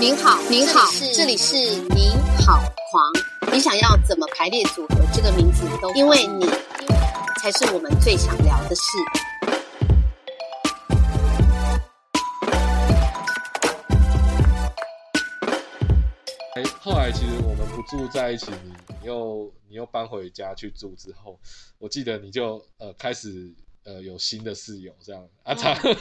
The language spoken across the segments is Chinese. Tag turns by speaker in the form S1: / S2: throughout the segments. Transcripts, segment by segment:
S1: 您好，您好，这里是您好狂。你想要怎么排列组合这个名字都，因为你才是我们最想聊的事。
S2: 哎，后来其实我们不住在一起，你你又你又搬回家去住之后，我记得你就呃开始呃有新的室友这样
S3: 哦
S2: 啊，常、常常、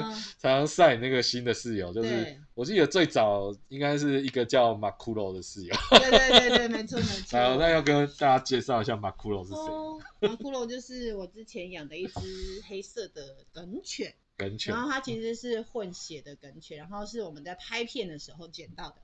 S3: 对啊
S2: 常常晒你那个新的室友，就是
S3: 对
S2: 我记得最早应该是一个叫马库罗 的室友，
S3: 对对对对，没错没错。
S2: 然后那要跟大家介绍一下马库罗是谁，
S3: 哦，马骷髅就是我之前养的一只黑色的梗犬，
S2: 梗犬
S3: 然，后它其实是混血的梗犬，然后是我们在拍片的时候捡到的。
S2: 嗯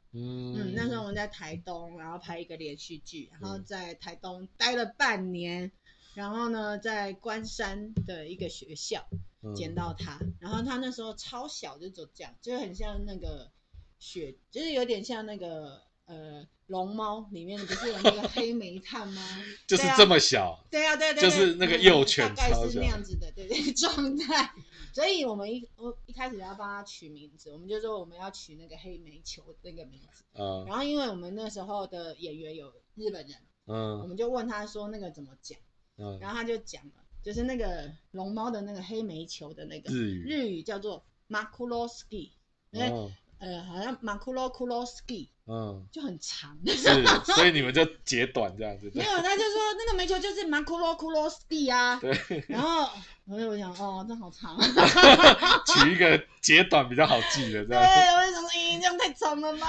S3: 嗯，那时候我们在台东，然后拍一个连续剧，然后
S2: 嗯
S3: 在台东待了半年，然后呢，在关山的一个学校
S2: 嗯
S3: 捡到它，然后它那时候超小，就走这样，就很像那个雪，就是有点像那个呃龙猫里面不是有那个黑煤炭猫，
S2: 就是
S3: 对啊
S2: 这么小，
S3: 对呀、对对
S2: 就
S3: 对，
S2: 是那个
S3: 嗯
S2: 幼犬
S3: 大概
S2: 超
S3: 是
S2: 小
S3: 那样子的，对对 状态。所以我们一我一开始要帮它取名字，我们就说我们要取那个黑煤球那个名字。
S2: 嗯
S3: 然后因为我们那时候的演员有日本人，我
S2: 嗯
S3: 们就问他说那个怎么讲，
S2: 嗯，
S3: 然后他就讲了，就是那个龙猫的那个黑煤球的那个
S2: 日语
S3: 日语叫做 makuroski，对，
S2: 哦
S3: 呃，好像 makuro kuroski
S2: 嗯
S3: 就很长。
S2: 是，所以你们就截短这样子，
S3: 没
S2: 对
S3: 有，他就说那个煤球就是 makuro kuroski 啊，
S2: 对。
S3: 然后我就想，哦，这好长，
S2: 取一个截短比较好记的这
S3: 对，
S2: 样。
S3: 我就想说，咦，这样太长了吧。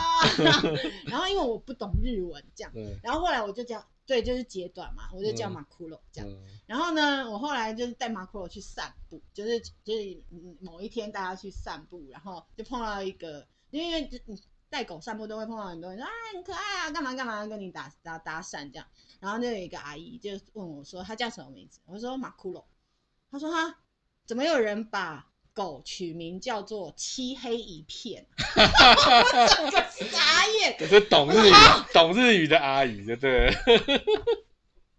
S3: 然后因为我不懂日文，这样，
S2: 对，
S3: 然后后来我就叫，对，就是截短嘛，我就叫
S2: 嗯
S3: 马库罗这样。
S2: 嗯
S3: 然后呢，我后来就是带马库罗去散步，就是就是嗯某一天大家去散步，然后就碰到一个，因为就你带狗散步都会碰到很多人说啊很可爱啊，干嘛干嘛跟你打打搭讪这样。然后就有一个阿姨就问我说她叫什么名字，我说马库罗，她说哈怎么有人把狗取名叫做漆黑一片， 我整个傻眼。
S2: 可是懂日语、懂日语的阿姨，就对了，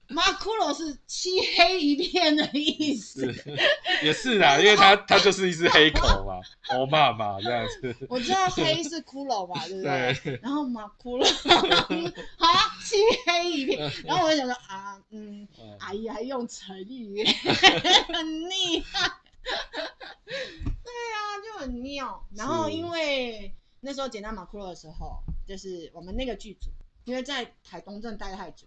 S3: 马库罗是漆黑一片的意思。
S2: 也是啦，因为它它就是一只黑狗嘛，欧妈妈这样子。
S3: 我知道黑是骷髅嘛，对不对？
S2: 对，
S3: 然后马骷髅，好啊，漆黑一片。然后我就想说啊，嗯，阿姨还用成语， 很厉害。对啊，就很妙。然后
S2: 是
S3: 因为那时候捡到马骷髅的时候，就是我们那个剧组，因为在台东镇待太久，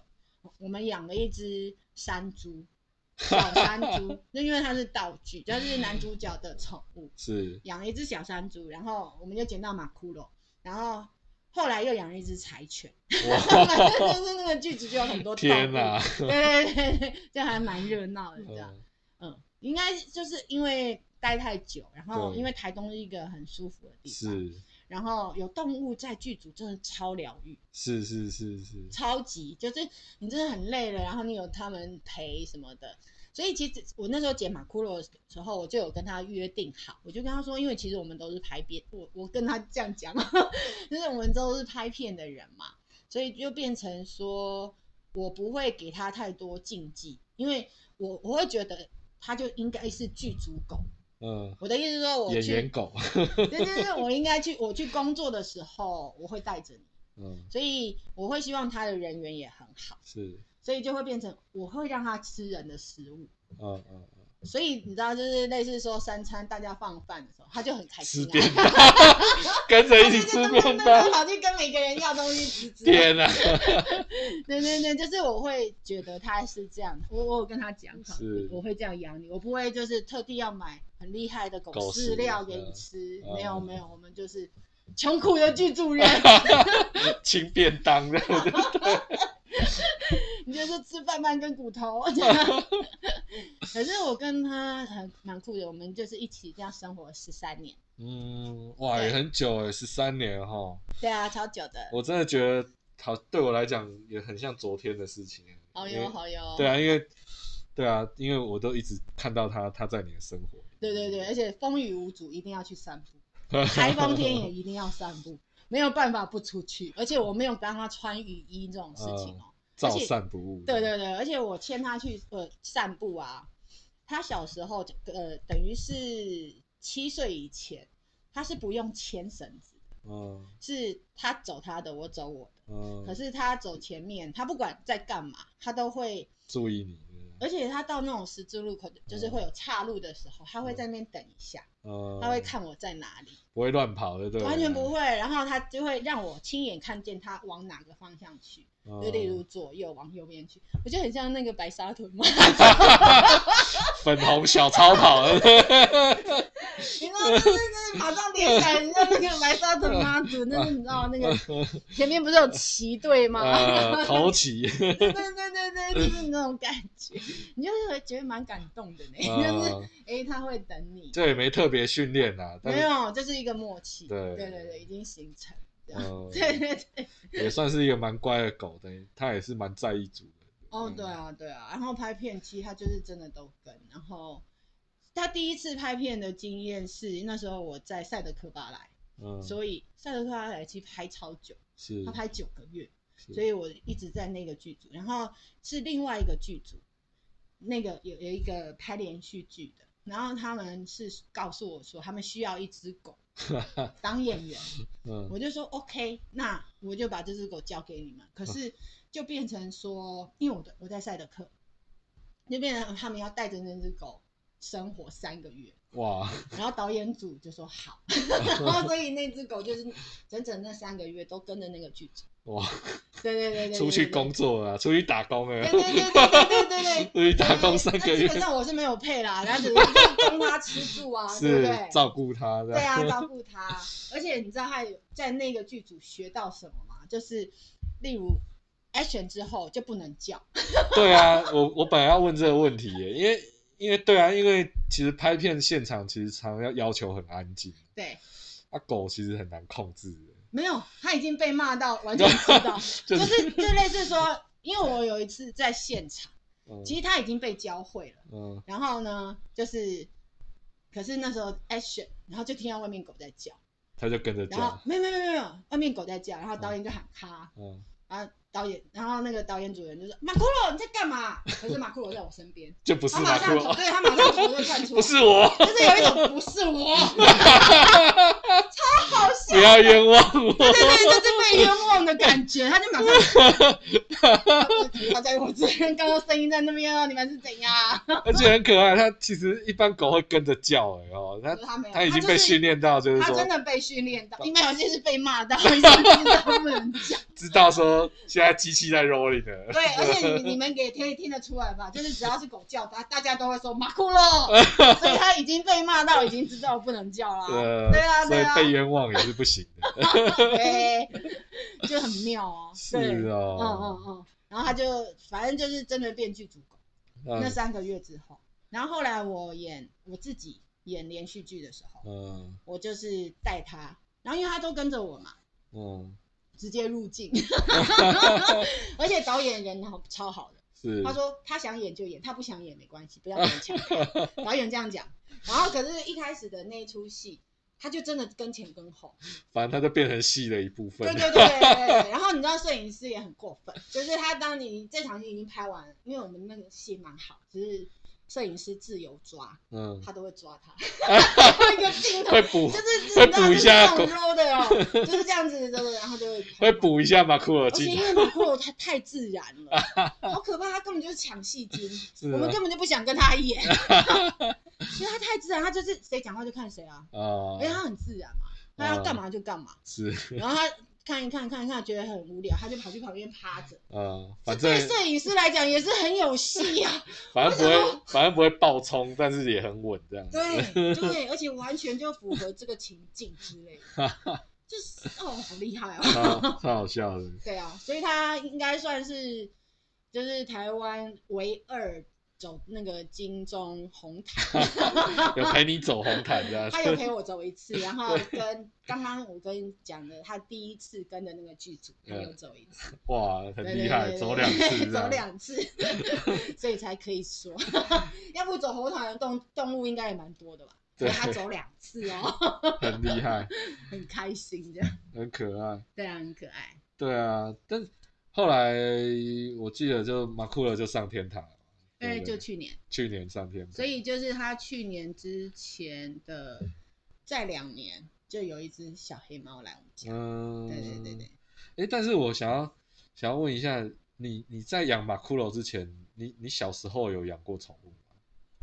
S3: 我们养了一只山猪，小山猪， 就因为它是道具，它是男主角的宠物。
S2: 是
S3: 养了一只小山猪，然后我们就捡到马骷髅，然后后来又养了一只柴犬， 反正
S2: 哇，
S3: 就是那个剧组就有很多动物
S2: 天哪！
S3: 对对对对，就还蛮热闹的这样，
S2: 嗯
S3: 嗯，应该就是因为待太久，然后
S2: 对
S3: 因为台东是一个很舒服的地方，
S2: 是
S3: 然后有动物在剧组真的超疗愈，
S2: 是是是是，
S3: 超级就是你真的很累了，然后你有他们陪什么的。所以其实我那时候剪马骷髅的时候，我就有跟他约定好，我就跟他说，因为其实我们都是拍片，我我跟他这样讲，啊 就是我们都是拍片的人嘛，所以就变成说我不会给他太多禁忌，因为我我会觉得他就应该是剧组狗。
S2: 嗯，
S3: 我的意思是说，我
S2: 演员
S3: 去，
S2: 狗，
S3: 对对对，我应该去，我去工作的时候我会带着你，
S2: 嗯，
S3: 所以我会希望他的人缘也很好。
S2: 是，
S3: 所以就会变成我会让他吃人的食物。
S2: 嗯嗯，嗯
S3: 所以你知道，就是类似说三餐大家放饭的时候，他就很开
S2: 吃
S3: 心、啊，
S2: 便当，跟着一起吃便当，
S3: 跑去跟每个人要东西吃吃。对
S2: 天哪！
S3: 对对，就是我会觉得他是这样的，我我有跟他讲好
S2: 是，
S3: 我会这样养你，我不会就是特地要买很厉害的狗
S2: 狗饲
S3: 饲料
S2: 料
S3: 给你
S2: 嗯
S3: 吃，
S2: 嗯
S3: 没有没有，我们就是穷苦的剧 组人，
S2: 清便当这样子，
S3: 你就是吃饭饭跟骨 头。可是我跟他很蛮酷的，我们就是一起这样生活十三年。
S2: 嗯，哇，也很久哎，十三年哈。
S3: 对啊，超久的，
S2: 我真的觉得好，对我来讲也很像昨天的事情。欸
S3: 好
S2: 因为
S3: 哦哟好哟。
S2: 对啊，因为对啊，因为我都一直看到他，他在你的生活。
S3: 对对对而且风雨无阻，一定要去散 步，台风天也一定要散步，没有办法不出去。而且我没有帮他穿雨衣这种事情哦、
S2: 照散不误。
S3: 对对对，而且我牵他去呃散步啊，他小时候呃等于是七岁以前，他是不用牵绳子的，
S2: 嗯
S3: 是他走他的，我走我的。
S2: 嗯，
S3: 可是他走前面，他不管在干嘛，他都会
S2: 注意你，
S3: 而且他到那种十字路口，就是会有岔路的时候，他会在那边等一下，
S2: 嗯，
S3: 他会，看我在哪里，
S2: 不会乱跑的，对了，
S3: 完全不会。然后他就会让我亲眼看见他往哪个方向去，
S2: 嗯，
S3: 就例如左右往右边去，我就很像那个白沙屯嘛，
S2: 粉红小 超跑，
S3: 你知道，就是那马上连起来，你知道那个白沙屯妈祖，那是你知道那个前面不是有旗队 吗？
S2: 呃，头旗，
S3: 对对对对，就是那种感觉，你就会觉得蛮感动的呢，就是
S2: 嗯，
S3: 哎、诶他会等你，
S2: 这也没特别训练呐，但
S3: 没
S2: 是，
S3: 有，这是一个默契。
S2: 对
S3: 对对对，已经形成。
S2: 嗯，
S3: 对对对，
S2: 也算是一个蛮乖的狗的，它也是蛮在意主人的，
S3: 哦
S2: 嗯
S3: 对，啊对啊，然后拍片期他就是真的都跟，然后他第一次拍片的经验是那时候我在塞德克巴莱，
S2: 嗯，
S3: 所以塞德克巴莱其实拍超久，
S2: 是
S3: 他，拍九个月，
S2: 是
S3: 所以我一直在那个剧组，然后是另外一个剧组，那个有有一个拍连续剧的，然后他们是告诉我说他们需要一只 狗当演员，
S2: 嗯，
S3: 我就说 OK，那我就把这只狗交给你们。可是就变成说，因为我的我在赛德克，就变成他们要带着那只狗生活三个月。
S2: 哇，
S3: 然后导演组就说 好，然后所以那只狗就是整整那三个月都跟着那个剧组。
S2: 哇，
S3: 对对对对，
S2: 出去工
S3: 攻。
S2: 作了啊，出去打工了
S3: 对。对对对对对对对。
S2: 出去打工三个
S3: 那
S2: 月
S3: 基，本上我是没有配啦，然后只是就是供他吃住啊，对不
S2: 是
S3: 对？
S2: 照顾它的。
S3: 对啊，照顾他。而且你知道他有在那个剧组学到什么吗？就是例如 action 之后就不能叫，
S2: 对啊，我我本来要问这个问题耶，因为因为对啊，因为其实拍片现场其实常要要求很安静，
S3: 对，
S2: 啊狗其实很难控制的，
S3: 没有，他已经被骂到完全知道，
S2: 就
S3: 就是是就类似说，因为我有一次在现场，
S2: 嗯
S3: 其实他已经被教会了，
S2: 嗯
S3: 然后呢，就是。可是那时候 action，然后就听到外面狗在叫，
S2: 它就跟着
S3: 然后
S2: 叫，
S3: 没有没有没有没有，外面狗在叫，然后导演就喊咔，
S2: 嗯，
S3: 然后导演，然后那个导演主任就说：“马库罗，你在干嘛？”可是马库罗在我身边，
S2: 就不是
S3: 他
S2: 马
S3: 马
S2: 库
S3: 上
S2: 罗，
S3: 对他马上头就窜出来，
S2: 不是我，
S3: 就是有一种不是 我，超好笑
S2: 不，要冤枉
S3: 对
S2: 我，
S3: 对对，就是被冤枉的感觉，他就马 上，他在我这边，刚刚声音在那边哦，你们是怎样？
S2: 而且很可爱，它其实一般狗会跟着叫哎哦，它
S3: 可是他没有，
S2: 它已经
S3: 就
S2: 被
S3: 是
S2: 训练到就是
S3: 他
S2: 说啊
S3: 真的被训练到，因为有些是被骂到，有些是 他们讲。
S2: 知道说现在机器在 rolling 了，
S3: 对，而且你你们也可以听得出来吧，就是只要是狗叫，大大家都会说马库洛，所以他已经被骂到已经知道不能 叫了，
S2: 呃
S3: 对 啊
S2: 所以
S3: 对啊
S2: 被冤枉也是不行 的，
S3: 对，就很妙哦，
S2: 是
S3: 对，嗯嗯
S2: 哦，
S3: 嗯，然后他就反正就是真的变剧组狗，
S2: 嗯
S3: 那三个月之后，然后后来我演我自己演连续剧的时候，
S2: 嗯
S3: 我就是带他，然后因为他都跟着我嘛，
S2: 嗯，
S3: 直接入 境，而且导演人好超好的。
S2: 是，
S3: 他说他想演就演，他不想演没关系，不要勉强 他。导演这样讲，然后可是一开始的那一出戏，他就真的跟前跟后，
S2: 反正它就变成戏的一部分
S3: 对。对对对对。然后你知道摄影师也很过分，就是他当你这场戏已经拍完了，因为我们那个戏蛮好，只是摄影师自由抓，
S2: 嗯，
S3: 他都会抓他，一个镜头
S2: 会。 补
S3: 就是你知
S2: 会
S3: 道
S2: 补
S3: 就是
S2: 一下
S3: 这种 low 的哦，就是这样子的，然后就会
S2: 会补一下马库尔
S3: 而且
S2: 镜
S3: 因
S2: 头，
S3: 为马库罗他太自然了，好可怕，他根本就是抢戏精，
S2: 是
S3: 我们
S2: 啊
S3: 根本就不想跟他演， 因为他太自然，他就是谁讲话就看谁啊，因为
S2: 啊，
S3: 他很自然嘛，他要干嘛就干嘛，
S2: 是
S3: 然后他。看一看，看一看，觉得很无聊，他就跑去旁边趴着。
S2: 啊，
S3: 这
S2: 反正
S3: 对摄影师来讲也是很有戏啊 呀、
S2: 反正不会，反正不会爆冲，但是也很稳这样子。
S3: 对对，而且完全就符合这个情境之类的， 就是哦，好厉害哦。
S2: 超超好笑的，
S3: 对啊，所以他应该算是就是台湾唯二走那个金钟红毯，
S2: 有陪你走红毯这 样
S3: 他有
S2: 子。
S3: 陪我走一次，然后跟刚刚我跟你讲的，他第一次跟的那个剧组，他有走一次，
S2: 哇，很
S3: 对
S2: 厉害，
S3: 对对对
S2: 走两次这
S3: 走
S2: 样。
S3: 两次， 所以才可以说，要不走红毯的动动物应该也蛮多的吧。所以他
S2: 对
S3: 走两次哦，
S2: 很厉害，
S3: 很开心这样，
S2: 很可爱。
S3: 对啊，很可爱。
S2: 对啊，但后来我记得就马库尔就上天堂了，
S3: 哎、
S2: 对对
S3: 就去年，
S2: 去年上天堂，
S3: 所以就是他去年之前的在两年就有一只小黑猫来我们家，
S2: 嗯，
S3: 对对对对。
S2: 哎，但是我想要想要问一下，你你在养马库罗之前，你你小时候有养过宠物吗？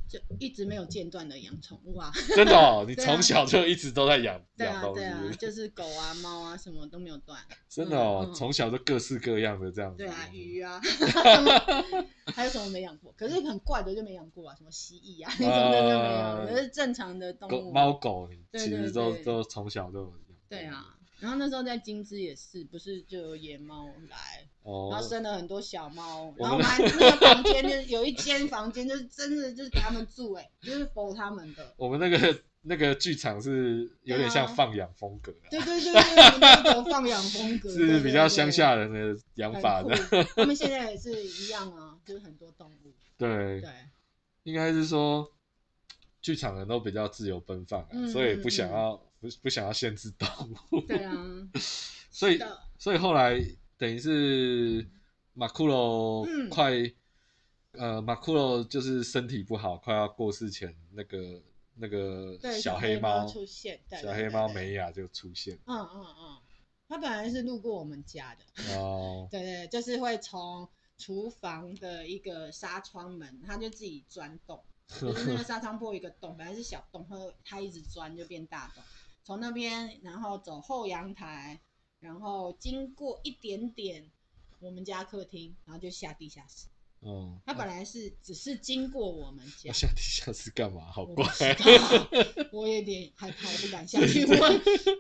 S3: 就一直没有间断的养宠物啊，
S2: 真的哦，你
S3: 对啊
S2: 从小就一直都在养
S3: 对
S2: 养
S3: 啊
S2: 东
S3: 对啊，
S2: 西，
S3: 就是狗啊猫啊什么都没有断，
S2: 真的哦
S3: 嗯，嗯
S2: 从小就各式各样的这样子。
S3: 对啊鱼啊，什么 还有什么没养过？可是很怪的就没养过啊，什么蜥蜴啊那种的就没有，
S2: 呃
S3: 可是正常的动
S2: 狗
S3: 物
S2: 猫狗，你
S3: 对
S2: 其
S3: 对
S2: 实都
S3: 对
S2: 都从小都有养。
S3: 对，啊。然后那时候在金枝也是，不是就有野猫来，
S2: 哦
S3: 然后，生了很多小猫，
S2: 我们
S3: 然后我们还那个房间就是有一间房间就是真的就是给他们住、哎，就是服他们的。
S2: 我们那个那个剧场是有点像
S3: 对啊
S2: 放养风格啊，
S3: 对对对对，我们有放养风格
S2: 是比较乡。
S3: 对对对
S2: 下人的养法 的。
S3: 很酷他们现在也是一样啊，就是很多动物。
S2: 对
S3: 对，，
S2: 应该是说剧场人都比较自由奔放啊，
S3: 嗯
S2: 所以不
S3: 嗯
S2: 想
S3: 嗯
S2: 要不不想要限制动物，
S3: 对啊，
S2: 所以
S3: 的
S2: 所以后来等于是马库罗
S3: 嗯
S2: 快、呃马库罗就是身体不好，快要过世前那个那个
S3: 对，
S2: 小
S3: 黑
S2: 黑猫
S3: 出现，对
S2: 小黑猫。
S3: 对对对
S2: 美雅就出现
S3: 嗯嗯嗯，它本来是路过我们家的，
S2: 哦，
S3: 对对，对就是会从厨房的一个纱窗门，它就自己钻洞，就是那个纱窗破一个洞，本来是小洞，它它一直钻就变大洞，从那边然后走后阳台，然后经过一点点我们家客厅，然后就下地下室。
S2: 哦，
S3: 它本来是只是经过我们家
S2: 我，下地下室干嘛？好
S3: 我
S2: 怪
S3: 不，知 道，我有点害怕，我不敢下去问。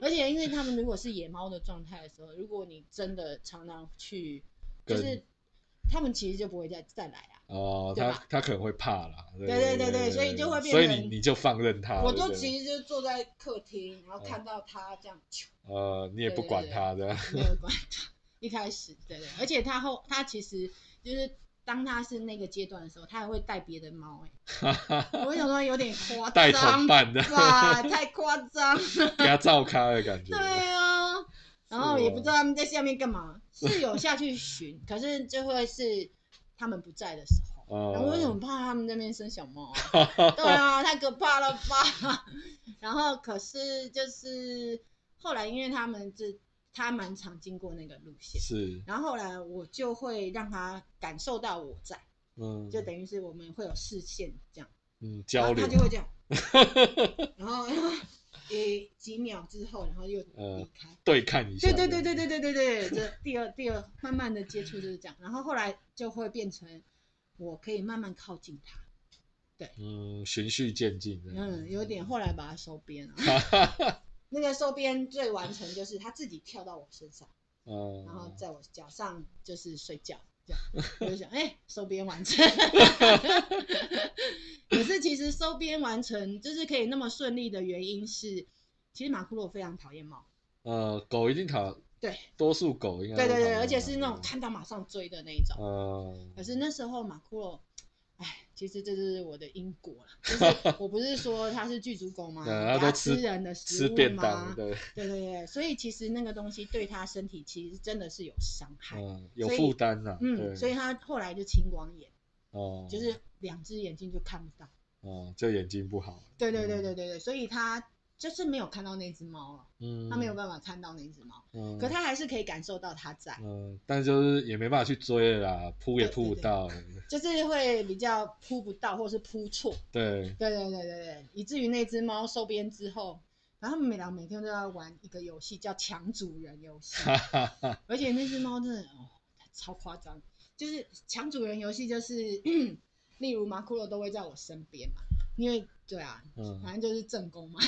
S3: 而且，因为他们如果是野猫的状态的时候，如果你真的常常去，就
S2: 跟
S3: 是他们其实就不会再再来啊。
S2: 哦，
S3: 对
S2: 他
S3: 吧
S2: 他可能会怕啦，对
S3: 对对对对所以就会变
S2: 所以
S3: 成
S2: 你你就放任他，
S3: 我
S2: 啊对不
S3: 都
S2: 对嗯
S3: 其实就坐在客厅，然后看到它这样， 啾
S2: 呃，你也不管他的，
S3: 没有管它。一开始，对对，而且它后它其实就是当它是那个阶段的时候，它还会带别的猫、欸。 我想说有点夸
S2: 带
S3: 张
S2: 同伴的，
S3: 吧，太夸 张了。
S2: 给他照咖的感觉
S3: 对。啊，然后
S2: 是
S3: 也
S2: 啊
S3: 不知道他们在下面干 嘛，是有下去寻，可是就会是他们不在的时候。
S2: 哦
S3: 然后为什么怕他们那边生小猫啊？对啊，太可怕了吧！ 然后可是就是后来，因为他们就他蛮常经过那个路线，
S2: 是，
S3: 然后后来我就会让他感受到我在，
S2: 嗯，
S3: 就等于是我们会有视线这样。
S2: 嗯
S3: 然
S2: 交
S3: 后
S2: 流
S3: 他，就会这样， 然后 诶几秒之后，然后又
S2: 呃
S3: 离开。
S2: 对看一下，
S3: 对对对对对对对 对，这第二第二慢慢的接触就是这样，然后后来就会变成我可以慢慢靠近他，
S2: 嗯，循序渐进的，
S3: 嗯，有点后来把他收 编了。那个收编最完成就是他自己跳到我身上，
S2: 嗯，
S3: 然后在我脚上就是睡觉，这样 我就想，哎、收编完成。可是其实收编完成就是可以那么顺利的原因是，其实马库洛非常讨厌猫，
S2: 呃，狗一定讨，
S3: 对
S2: 多数狗应该
S3: 对
S2: 都
S3: 对对，
S2: 讨厌
S3: 而且
S2: 它
S3: 是那种，看到马上追的那一种。
S2: 嗯，
S3: 可是那时候马库洛，哎，其实这就是我的因果啦。就是 我不是说它是剧组狗吗？
S2: 对它
S3: 啊给它
S2: 啊都呃吃
S3: 人的食
S2: 吃
S3: 物
S2: 便当，
S3: 吗？
S2: 对，
S3: 对对对，所以其实那个东西对它身体其实真的是有伤害。
S2: 嗯，有
S3: 所以
S2: 负担呐，
S3: 嗯，所
S2: 对，
S3: 以它后来就青光眼，
S2: 哦，
S3: 就是两只眼睛就看不到。
S2: 哦，就眼睛不好，
S3: 对对对对
S2: 嗯
S3: 对对，所以它就是没有看到那只猫了，
S2: 嗯，嗯，
S3: 它没有办法看到那只猫，
S2: 嗯，
S3: 可它还是可以感受到它在，
S2: 嗯，但就是也没办法去追了啦，扑也
S3: 对对
S2: 扑不
S3: 对
S2: 到，
S3: 就是会比较扑不到或是扑错。
S2: 对，
S3: 对对对对对，以至于那只猫收编之后，然后他们每俩每天都要玩一个游戏叫抢主人游戏，
S2: 哈哈哈，
S3: 而且那只猫真的哦超夸张，就是抢主人游戏就是，例如马库洛都会在我身边嘛，因为对啊，
S2: 嗯
S3: 反正就是正宫嘛，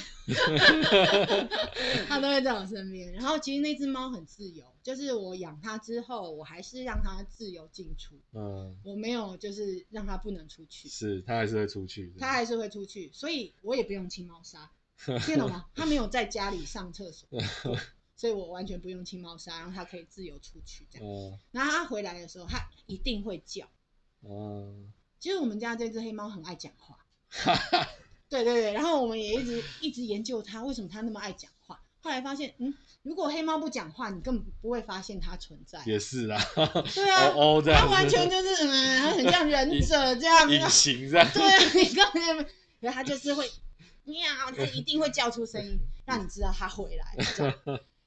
S3: 它都会在我身边。然后其实那只猫很自由，就是我养它之后，我还是让它自由进出，
S2: 嗯，
S3: 我没有就是让它不能出去。
S2: 是，他还是会出去的，
S3: 他还是会出去，所以我也不用清猫砂，听得懂 吗？他没有在家里上厕所，所以我完全不用清猫砂，然后他可以自由出去这样。
S2: 嗯
S3: 然后他回来的时候，他一定会叫。
S2: 嗯，
S3: 其实我们家这只黑猫很爱讲 话，对对对，然后我们也一直一直研究它为什么它那么爱讲话。后来发现，嗯，如果黑猫不讲话，你根本不会发现它存在。
S2: 也是啦，
S3: 对啊，
S2: 哦哦这样
S3: 它
S2: 子，
S3: 完全就是嗯，很像忍者这样啊
S2: 隐
S3: 子。
S2: 形这样，
S3: 对啊，你根本就没，然后它就是会喵，它一定会叫出声音，让你知道它回来。这样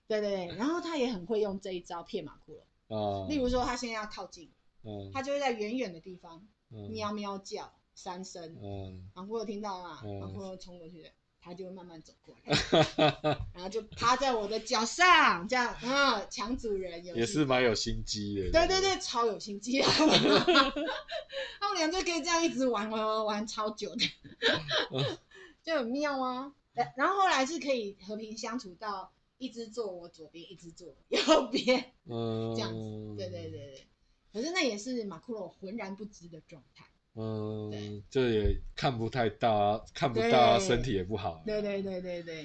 S3: 对对对，然后它也很会用这一招骗马库了。
S2: 啊，
S3: 例如说，它现在要靠近，
S2: 嗯，
S3: 它就会在远远的地方
S2: 嗯，
S3: 喵喵叫三声，
S2: 嗯，
S3: 马库有听到吗？
S2: 嗯
S3: 马库冲过去的，它就会慢慢走过来。 然后就趴在我的脚上，这样，嗯，抢主人有
S2: 也是，蛮有心机的，
S3: 对对对，超有心机啊！ 他们俩就可以这样一直玩玩玩玩超久的
S2: 嗯，
S3: 就很妙啊。然然后后来是可以和平相处到一只坐我左边，一只坐我右边，
S2: 嗯，
S3: 这样子，对对对，对。可是那也是马库洛浑然不知的状态，
S2: 嗯
S3: 对，
S2: 这也看不太到啊，看不到啊，
S3: 对
S2: 身体也不好啊，
S3: 对对对对对。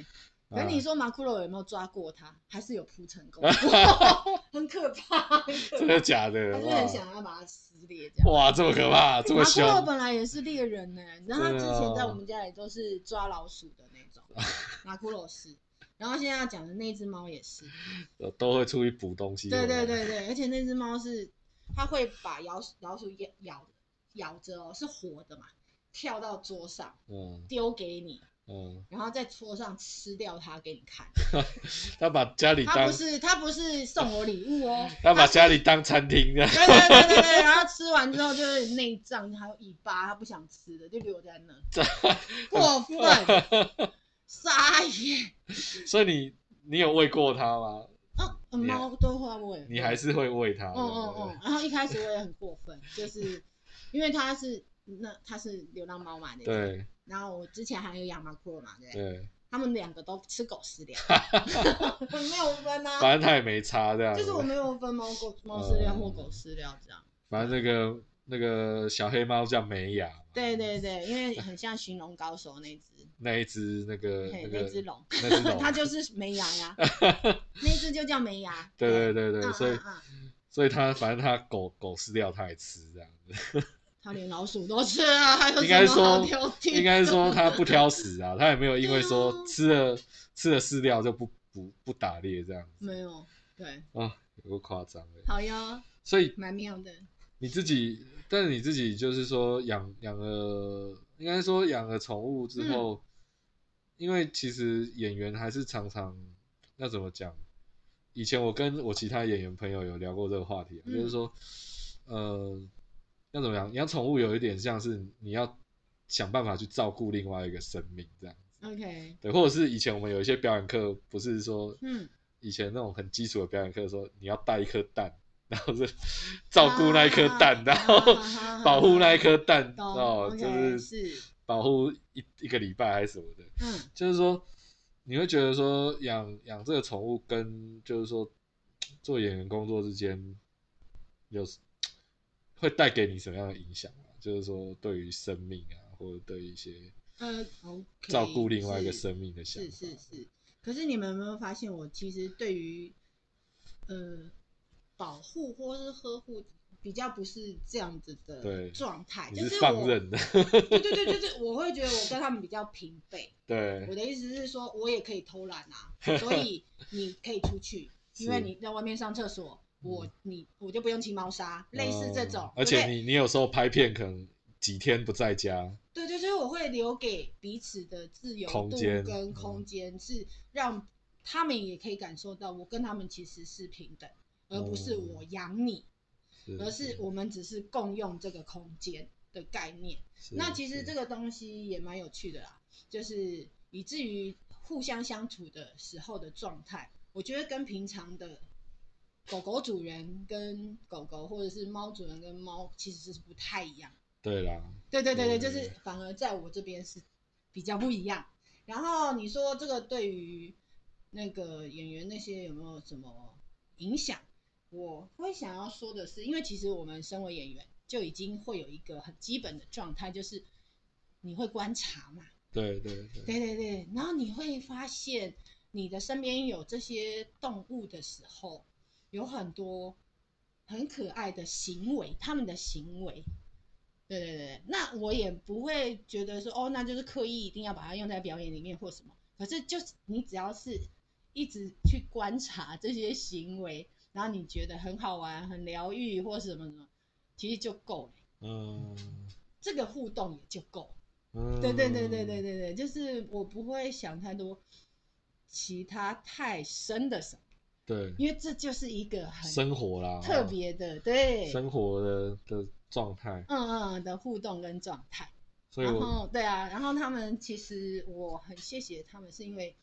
S3: 可
S2: 啊，
S3: 是你说马库洛有没有抓过他？还是有扑成功？很可怕，很可
S2: 真
S3: 怕
S2: 的。假的？
S3: 他就
S2: 哇
S3: 很想啊要把它撕裂这样。
S2: 哇，这么可怕，这么
S3: 马库
S2: 凶，哦
S3: 洛本来也是猎人呢、你知道他之前在我们家里都是抓老鼠的那种，马库洛是，然后现在要讲的那只猫也是，
S2: 呃都会出去补东西。
S3: 对对，对对，而且那只猫是它会把老鼠老鼠咬咬咬着哦，是活的嘛，跳到桌上
S2: 嗯
S3: 丢给你，
S2: 嗯，
S3: 然后在桌上吃掉它给你看，
S2: 他把家里
S3: 它
S2: 当
S3: 不是它不是送我礼物 哦，
S2: 他把
S3: 是
S2: 家里当餐厅的，
S3: 对对对对对，然后吃完之后就是内脏还有尾巴，他不想吃的就留在那， 过分，傻眼。
S2: 所以你你有喂过它吗？
S3: 啊，猫都会喂，
S2: 你还是会喂它？
S3: 嗯嗯嗯。然后一开始我也很过分，就是因为它是那它是流浪猫嘛，那种。
S2: 对
S3: 然后我之前还有养马库尔嘛，对不
S2: 对
S3: 对？
S2: 对，
S3: 他们两个都吃狗饲 料，我没有分啊，
S2: 反正它也没差这样。
S3: 就是我没有分猫狗猫饲料或狗饲料这样。
S2: 反正那个那个小黑猫叫美雅嘛，
S3: 对对对，因为很像寻龙高手那只，
S2: 那一只那个
S3: 嘿
S2: 那
S3: 那
S2: 个
S3: 只龙。
S2: 那只龙
S3: 它就是没牙呀， 那一只就叫没牙。
S2: 对对对对，
S3: 嗯
S2: 所以
S3: 嗯嗯
S2: 所以它反正它狗狗饲料它也吃这样子，
S3: 它连老鼠都吃了，还有
S2: 应该
S3: 什么
S2: 说
S3: 好挑剔的
S2: 应该是说它不挑食啊，它也没有因为
S3: 对
S2: 说
S3: 啊
S2: 吃了吃了饲料就不不不打猎这样子
S3: 没有，对，
S2: 啊，有够夸张的。
S3: 好哟，
S2: 所以
S3: 蛮妙的。
S2: 你自己，但是你自己就是说养养了，应该说养了宠物
S3: 嗯
S2: 之后，因为其实演员还是常常那怎么讲？以前我跟我其他演员朋友有聊过这个话题、啊，
S3: 嗯
S2: 就是说，呃，要怎么样？养宠物有一点像是你要想办法去照顾另外一个生命这样子，
S3: OK，
S2: 对，或者是以前我们有一些表演课，不是说
S3: 嗯，
S2: 以前那种很基础的表演课说，你要带一颗蛋，然后是照顾那一颗蛋，
S3: 啊
S2: 然后
S3: 啊啊啊
S2: 保护那一颗蛋，
S3: 懂
S2: 哦，
S3: OK，
S2: 就是
S3: 是
S2: 保护一一个礼拜还是什么的，
S3: 嗯
S2: 就是说你会觉得说养养这个宠物跟就是说做演员工作之间有会带给你什么样的影响啊？就是说对于生命啊，或者对于一些
S3: 呃，OK，
S2: 照顾另外一个
S3: 是
S2: 生命的想法，
S3: 是是是，可是你们有没有发现，我其实对于呃保护或是呵护比较不是这样子
S2: 对
S3: 的状态，
S2: 你
S3: 就是是
S2: 放
S3: 我
S2: 任的，
S3: 对对对，就是我会觉得我跟他们比较平辈。
S2: 对
S3: 我，的意思是说，我也可以偷懒啊，所以你可以出 去，因为
S2: 是
S3: 你在外面上厕所，我你我就不用清猫砂，类似这种
S2: 嗯。而
S3: 对
S2: 且
S3: 不
S2: 你你有时候拍片可能几天不在家，
S3: 对对对，所以我会留给彼此的自由
S2: 空
S3: 度
S2: 间
S3: 跟
S2: 嗯
S3: 空间，是让他们也可以感受到我跟他们其实是平等，而不是
S2: 嗯
S3: 我养你，而是
S2: 是
S3: 我们只是共用这个空间的概念。那其实这个东西也蛮有趣的啦，就是以至于互相相处的时候的状态，我觉得跟平常的狗狗主人跟狗狗或者是猫主人跟猫其实是不太一样。
S2: 对啦，
S3: 对对对对，
S2: 对
S3: 就是反而在我这边是比较不一样。然后你说这个对于那个演员那些有没有什么影响？我会想要说的是，因为其实我们身为演员就已经会有一个很基本的状态，就是你会观察嘛，
S2: 对对对，
S3: 对对对，然后你会发现你的身边有这些动物的时候，有很多很可爱的行为，他们的行为。对对对，那我也不会觉得说哦，那就是刻意一定要把它用在表演里面或什么。可是就是你只要是一直去观察这些行为，然后你觉得很好玩、很疗愈或什么什么，其实就够了，
S2: 嗯
S3: 这个互动也就够。
S2: 嗯，
S3: 对对对对对对对，就是我不会想太多其他太深的什么，
S2: 对
S3: 因为这就是一个很
S2: 生活啦，哦
S3: 特别的，对，嗯
S2: 生活的的状态，
S3: 嗯的互动跟状态。
S2: 所以
S3: 然
S2: 我
S3: 后对啊，然后他们其实我很谢谢他们，是因为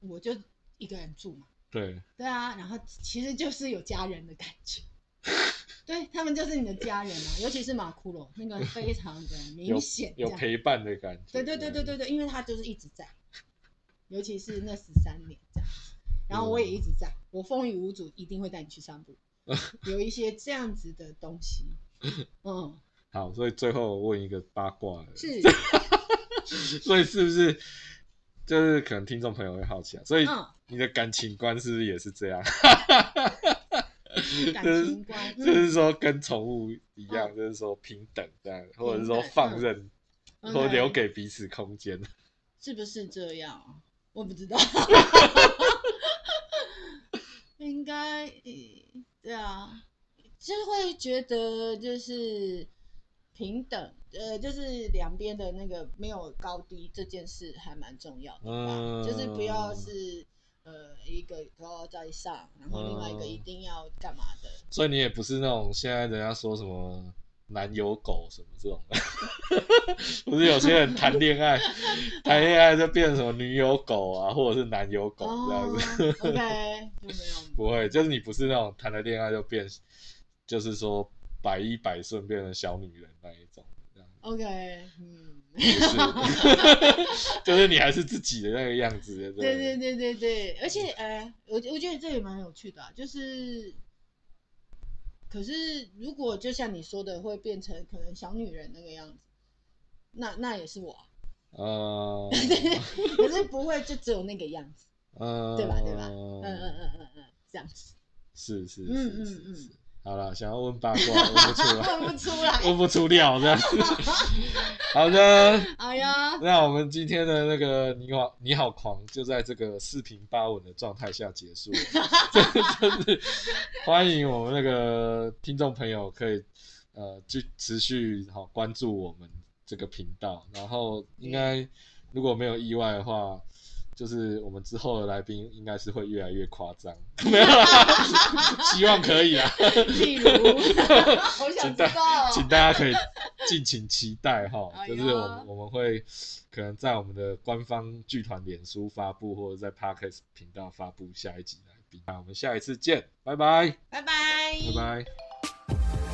S3: 我就一个人住嘛，
S2: 对
S3: 对啊，然后其实就是有家人的感觉。 对他们就是你的家人啊，尤其是马库罗那个非常的明显，这
S2: 有
S3: 样
S2: 陪伴的感觉，
S3: 对对对对对对，因为他就是一直在，尤其是那十三年这样子，然后我也一直在，我风雨无阻，一定会带你去散步，有一些这样子的东西，嗯，
S2: 好，所以最后我问一个八卦的，
S3: 是，
S2: 所以是不是就是可能听众朋友会好奇啊？所以
S3: 嗯，
S2: 你的感情观是不是也是这样？
S3: 感
S2: 就是
S3: 情观，
S2: 就
S3: 嗯
S2: 是说跟宠物一样，就是说平等这样，或者是说放任，
S3: 嗯
S2: 或留给彼此空间。
S3: 是不是这样？我不知道，应该呃对啊，就会觉得就是平等，呃，就是两边的那个没有高低这件事还蛮重要的吧，
S2: 嗯
S3: 就是不要是呃一个高高在上，然后另外
S2: 嗯
S3: 一个一定要干嘛的，
S2: 所以你也不是那种现在人家说什么男友狗什么这种的， 不是有些人谈恋 爱，谈恋爱就变成什么女友狗啊，或者是男友狗这样子。
S3: o k 哦就没有。
S2: 不会，就是你不是那种谈了恋爱就变，就是说百依百顺变成小女人那一种，这样
S3: OK，嗯，
S2: 不是， 就是你还是自己的那个样子，不
S3: 对对对对对，而且呃，我我觉得这也蛮有趣的、啊，就是，可是如果就像你说的，会变成可能小女人那个样子，那那也是我啊、
S2: 呃，
S3: 可是不会就只有那个样子，
S2: 呃，
S3: 对吧对吧嗯嗯
S2: 嗯，
S3: 嗯嗯嗯，这样子，
S2: 是是
S3: 嗯
S2: 是
S3: 嗯
S2: 是
S3: 嗯
S2: 是，好了，想要问八卦问不出来，
S3: 问不出来，
S2: 问不出料这样子。好的，
S3: 哎 呀，
S2: 那我们今天的那个你好你好狂就在这个四平八稳的状态下结束了， 真的就是欢迎我们那个听众朋友可以呃去持续好、关注我们这个频道，然后应该如果没有意外的话，就是我们之后的来宾应该是会越来越夸张，没有啦，希望可以啊，
S3: 例如， 我想知道，
S2: 请大家可以尽情期待哈
S3: 哦哎，呦
S2: 就是我们我们会可能在我们的官方剧团脸书发布，或者在 Podcast 频道发布下一集来宾。那我们下一次见，拜拜，
S3: 拜拜，
S2: 拜
S3: 拜。
S2: 拜。